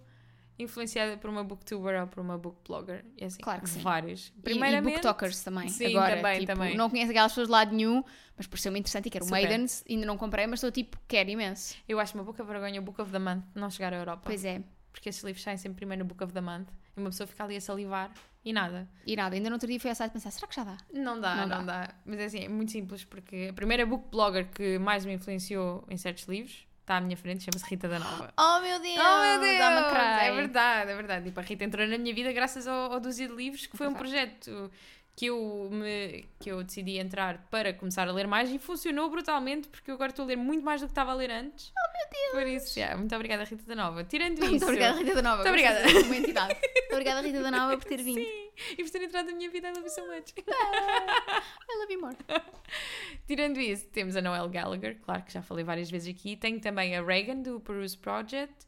[SPEAKER 1] influenciado por uma booktuber ou por uma bookblogger. E assim,
[SPEAKER 2] Claro que sim.
[SPEAKER 1] Vários.
[SPEAKER 2] e,
[SPEAKER 1] Primeiramente,
[SPEAKER 2] book talkers também.
[SPEAKER 1] Sim,
[SPEAKER 2] Agora,
[SPEAKER 1] também,
[SPEAKER 2] tipo,
[SPEAKER 1] também.
[SPEAKER 2] não conheço aquelas pessoas de lado nenhum, mas pareceu-me interessante e quero
[SPEAKER 1] Super.
[SPEAKER 2] Maidens. Ainda não comprei, mas estou tipo, quero imenso.
[SPEAKER 1] eu acho uma boca vergonha o Book of the Month não chegar à Europa.
[SPEAKER 2] Pois é,
[SPEAKER 1] Porque esses livros saem sempre primeiro no Book of the Month e uma pessoa fica ali a salivar e nada.
[SPEAKER 2] e nada. Ainda no outro dia fui ao site pensar, será que já dá?
[SPEAKER 1] Não dá, não,
[SPEAKER 2] Não
[SPEAKER 1] dá. Mas é assim, é muito simples porque a primeira bookblogger que mais me influenciou em certos livros está à minha frente, chama-se Rita da Nova.
[SPEAKER 2] Oh meu Deus!
[SPEAKER 1] Oh meu Deus!
[SPEAKER 2] Dá-me a cry.
[SPEAKER 1] É verdade, é verdade. Tipo, a Rita entrou na minha vida graças ao, ao Dúzia de Livros, que foi um projeto que eu, me, que eu decidi entrar para começar a ler mais e funcionou brutalmente porque eu agora estou a ler muito mais do que estava a ler antes. Oh meu Deus! Por isso, yeah, muito obrigada, Rita da Nova. Tirando isso.
[SPEAKER 2] Muito obrigada, Rita da Nova.
[SPEAKER 1] Muito obrigada.
[SPEAKER 2] Gostei de ser uma entidade. Muito obrigada, Rita da Nova, por ter vindo.
[SPEAKER 1] E por ter entrado na minha vida, I love you so much.
[SPEAKER 2] I love you more.
[SPEAKER 1] Tirando isso, temos a Noel Gallagher, claro que já falei várias vezes aqui. Tenho também a Reagan, do Peruse Project.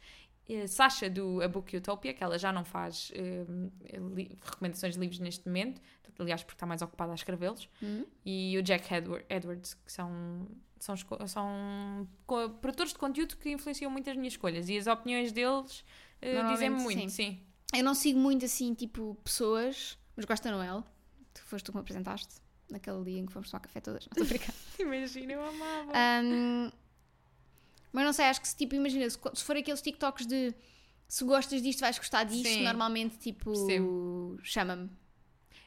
[SPEAKER 1] eh, Sasha, do A Book Utopia, que ela já não faz eh, li- recomendações de livros neste momento. Aliás, porque está mais ocupada a escrevê-los.
[SPEAKER 2] Hum.
[SPEAKER 1] E o Jack Edward- Edwards, que são são, esco- são co- produtores de conteúdo que influenciam muito as minhas escolhas e as opiniões deles eh,
[SPEAKER 2] Normalmente,
[SPEAKER 1] dizem-me muito,
[SPEAKER 2] sim.
[SPEAKER 1] sim.
[SPEAKER 2] Eu não sigo muito assim, tipo, pessoas, mas gosto da Noel. Tu foste tu que me apresentaste naquele dia em que fomos tomar café todas. Não, Estou a brincar.
[SPEAKER 1] Imagina, eu amava.
[SPEAKER 2] Ahm, mas não sei, acho que se tipo, imagina, se, co- se for aqueles TikToks de se gostas disto, vais gostar disto,
[SPEAKER 1] Sim.
[SPEAKER 2] normalmente tipo chama-me.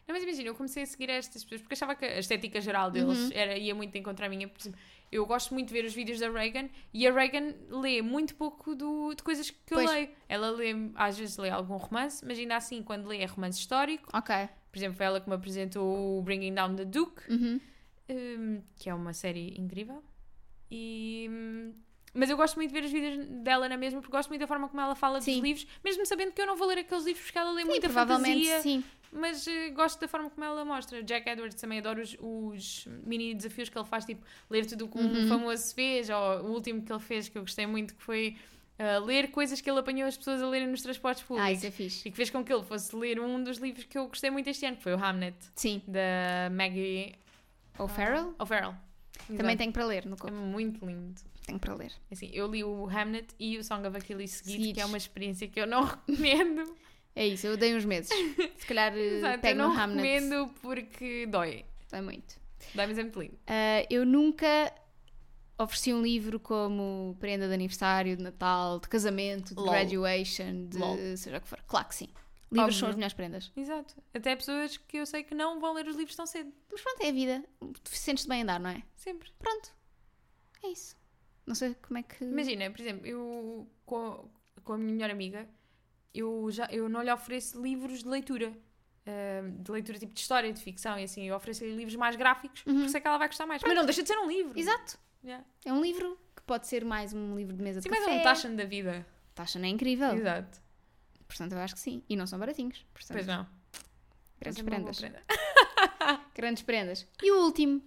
[SPEAKER 1] Não, mas imagina, eu comecei a seguir estas pessoas porque achava que a estética geral deles
[SPEAKER 2] Uhum.
[SPEAKER 1] era, ia muito encontrar a minha. Por exemplo, eu gosto muito de ver os vídeos da Reagan e a Reagan lê muito pouco do, de coisas que
[SPEAKER 2] Pois.
[SPEAKER 1] eu leio. Ela lê, às vezes lê algum romance, mas ainda assim, quando lê é romance histórico.
[SPEAKER 2] Ok.
[SPEAKER 1] Por exemplo, foi ela que me apresentou o Bringing Down the Duke,
[SPEAKER 2] Uhum.
[SPEAKER 1] hum, que é uma série incrível. E, hum, mas eu gosto muito de ver os vídeos dela na mesma, porque gosto muito da forma como ela fala
[SPEAKER 2] Sim.
[SPEAKER 1] dos livros, mesmo sabendo que eu não vou ler aqueles livros porque ela lê
[SPEAKER 2] Sim,
[SPEAKER 1] muita
[SPEAKER 2] provavelmente
[SPEAKER 1] fantasia
[SPEAKER 2] sim.
[SPEAKER 1] mas eh, gosto da forma como ela mostra. Jack Edwards também adoro os, os mini desafios que ele faz, tipo ler tudo o que
[SPEAKER 2] Uhum.
[SPEAKER 1] um famoso fez, ou o último que ele fez que eu gostei muito, que foi ah, ler coisas que ele apanhou as pessoas a lerem nos transportes
[SPEAKER 2] Ah, isso
[SPEAKER 1] públicos.
[SPEAKER 2] é fixe.
[SPEAKER 1] e que fez com que ele fosse ler um dos livros que eu gostei muito este ano, que foi o Hamnet,
[SPEAKER 2] Sim.
[SPEAKER 1] da Maggie
[SPEAKER 2] Ou Farrell?
[SPEAKER 1] O'Farrell.
[SPEAKER 2] Também
[SPEAKER 1] Ah, Exato.
[SPEAKER 2] tenho para ler, no
[SPEAKER 1] É
[SPEAKER 2] corpo.
[SPEAKER 1] muito lindo.
[SPEAKER 2] Tenho para ler.
[SPEAKER 1] Assim, eu li o Hamnet e o Song of Achilles seguido,
[SPEAKER 2] Seguidos.
[SPEAKER 1] que é uma experiência que eu não recomendo.
[SPEAKER 2] É isso, eu dei uns meses. Se calhar eh,
[SPEAKER 1] Exato, eu
[SPEAKER 2] pego
[SPEAKER 1] não
[SPEAKER 2] no Hamnet.
[SPEAKER 1] recomendo porque dói.
[SPEAKER 2] Dói muito.
[SPEAKER 1] Dói, mas é muito lindo.
[SPEAKER 2] Ah, eu nunca ofereci um livro como prenda de aniversário, de Natal, de casamento, de
[SPEAKER 1] Lol.
[SPEAKER 2] graduation, de
[SPEAKER 1] Lol.
[SPEAKER 2] seja o que for. Claro que sim. Livros são
[SPEAKER 1] Óbvio.
[SPEAKER 2] as melhores prendas.
[SPEAKER 1] Exato. Até pessoas que eu sei que não vão ler os livros tão cedo.
[SPEAKER 2] Mas pronto, é a vida. Tu sentes-te bem a andar, não é?
[SPEAKER 1] Sempre.
[SPEAKER 2] Pronto. É isso. Não sei como é que.
[SPEAKER 1] Imagina, por exemplo, eu com, com a minha melhor amiga, eu, já, eu não lhe ofereço livros de leitura. Ahm, de leitura tipo de história, de ficção e assim. Eu ofereço-lhe livros mais gráficos,
[SPEAKER 2] Uhum.
[SPEAKER 1] porque sei que ela vai gostar mais. Mas não deixa de ser um livro.
[SPEAKER 2] Exato.
[SPEAKER 1] Yeah.
[SPEAKER 2] É um livro que pode ser mais um livro de mesa
[SPEAKER 1] Sim,
[SPEAKER 2] de
[SPEAKER 1] mas
[SPEAKER 2] café.
[SPEAKER 1] é Oh. um taxa da vida.
[SPEAKER 2] Taxan é incrível.
[SPEAKER 1] Exato.
[SPEAKER 2] Portanto, eu acho que sim. E não são baratinhos. Portanto,
[SPEAKER 1] Pois não. Mas
[SPEAKER 2] grandes
[SPEAKER 1] é uma boa
[SPEAKER 2] prendas.
[SPEAKER 1] prenda.
[SPEAKER 2] Grandes prendas. E o último.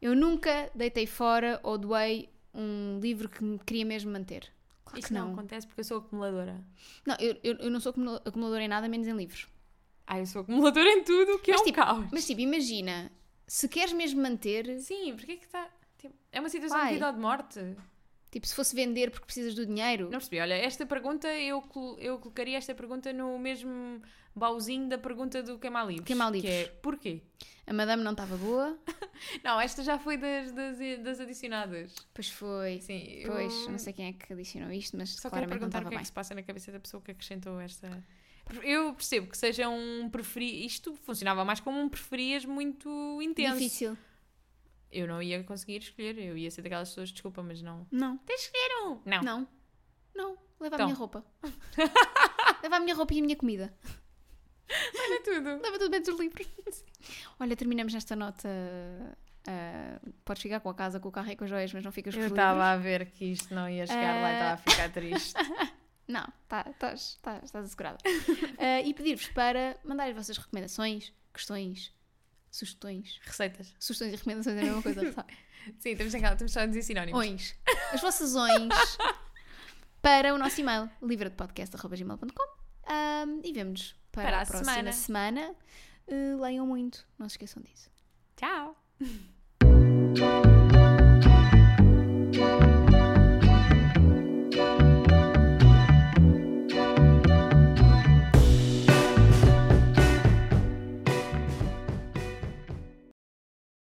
[SPEAKER 2] Eu nunca deitei fora ou doei um livro que me queria mesmo manter. Claro
[SPEAKER 1] Isto
[SPEAKER 2] que
[SPEAKER 1] não
[SPEAKER 2] não.
[SPEAKER 1] acontece porque eu sou acumuladora.
[SPEAKER 2] Não, eu, eu, eu não sou acumulo- acumuladora em nada, menos em livros.
[SPEAKER 1] Ah, eu sou acumuladora em tudo, que
[SPEAKER 2] Mas,
[SPEAKER 1] é um
[SPEAKER 2] tipo,
[SPEAKER 1] caos.
[SPEAKER 2] Mas tipo, imagina, se queres mesmo manter,
[SPEAKER 1] Sim, porque é que está. tipo, é uma situação
[SPEAKER 2] Vai.
[SPEAKER 1] de vida ou de morte.
[SPEAKER 2] tipo, se fosse vender porque precisas do dinheiro,
[SPEAKER 1] Não percebi. Olha, esta pergunta, eu, col- eu colocaria esta pergunta no mesmo baúzinho da pergunta do queimar livros.
[SPEAKER 2] Queimar
[SPEAKER 1] Que é,
[SPEAKER 2] livros.
[SPEAKER 1] porquê?
[SPEAKER 2] a madame não estava boa,
[SPEAKER 1] Não, esta já foi das, das, das adicionadas.
[SPEAKER 2] pois foi.
[SPEAKER 1] Sim, eu
[SPEAKER 2] Pois, não sei quem é que adicionou isto, mas
[SPEAKER 1] Só quero
[SPEAKER 2] claramente não
[SPEAKER 1] perguntar o
[SPEAKER 2] estava
[SPEAKER 1] que é
[SPEAKER 2] bem.
[SPEAKER 1] que se passa na cabeça da pessoa que acrescentou esta... Eu percebo que seja um preferi... Isto funcionava mais como um preferias muito intenso.
[SPEAKER 2] Difícil.
[SPEAKER 1] Eu não ia conseguir escolher. Eu ia ser daquelas pessoas, desculpa, mas não...
[SPEAKER 2] Não.
[SPEAKER 1] Não, não.
[SPEAKER 2] Não. Não. Leva
[SPEAKER 1] Então.
[SPEAKER 2] a minha roupa. Leva a minha roupa e a minha comida.
[SPEAKER 1] é tudo.
[SPEAKER 2] Leva tudo menos os livros. Olha, terminamos nesta nota. ah, podes ficar com a casa, com o carro e com as joias, mas não ficas com
[SPEAKER 1] Eu
[SPEAKER 2] os
[SPEAKER 1] estava a ver que isto não ia chegar lá e
[SPEAKER 2] Eh,
[SPEAKER 1] estava a ficar triste.
[SPEAKER 2] livros. Não, tá, estás, tá, estás assegurada. Ah, e pedir-vos para mandar as vossas recomendações, questões, sugestões.
[SPEAKER 1] Receitas.
[SPEAKER 2] Sugestões e recomendações é a mesma coisa, sabe?
[SPEAKER 1] Sim, estamos em casa, estamos só a dizer sinónimos.
[SPEAKER 2] Ons. As vossas ons para o nosso e-mail, livradepodcast.gmail.com Ah, e vemo-nos para,
[SPEAKER 1] Para
[SPEAKER 2] a Eh,
[SPEAKER 1] a
[SPEAKER 2] próxima semana. Ah, leiam muito, não se esqueçam disso.
[SPEAKER 1] Tchau!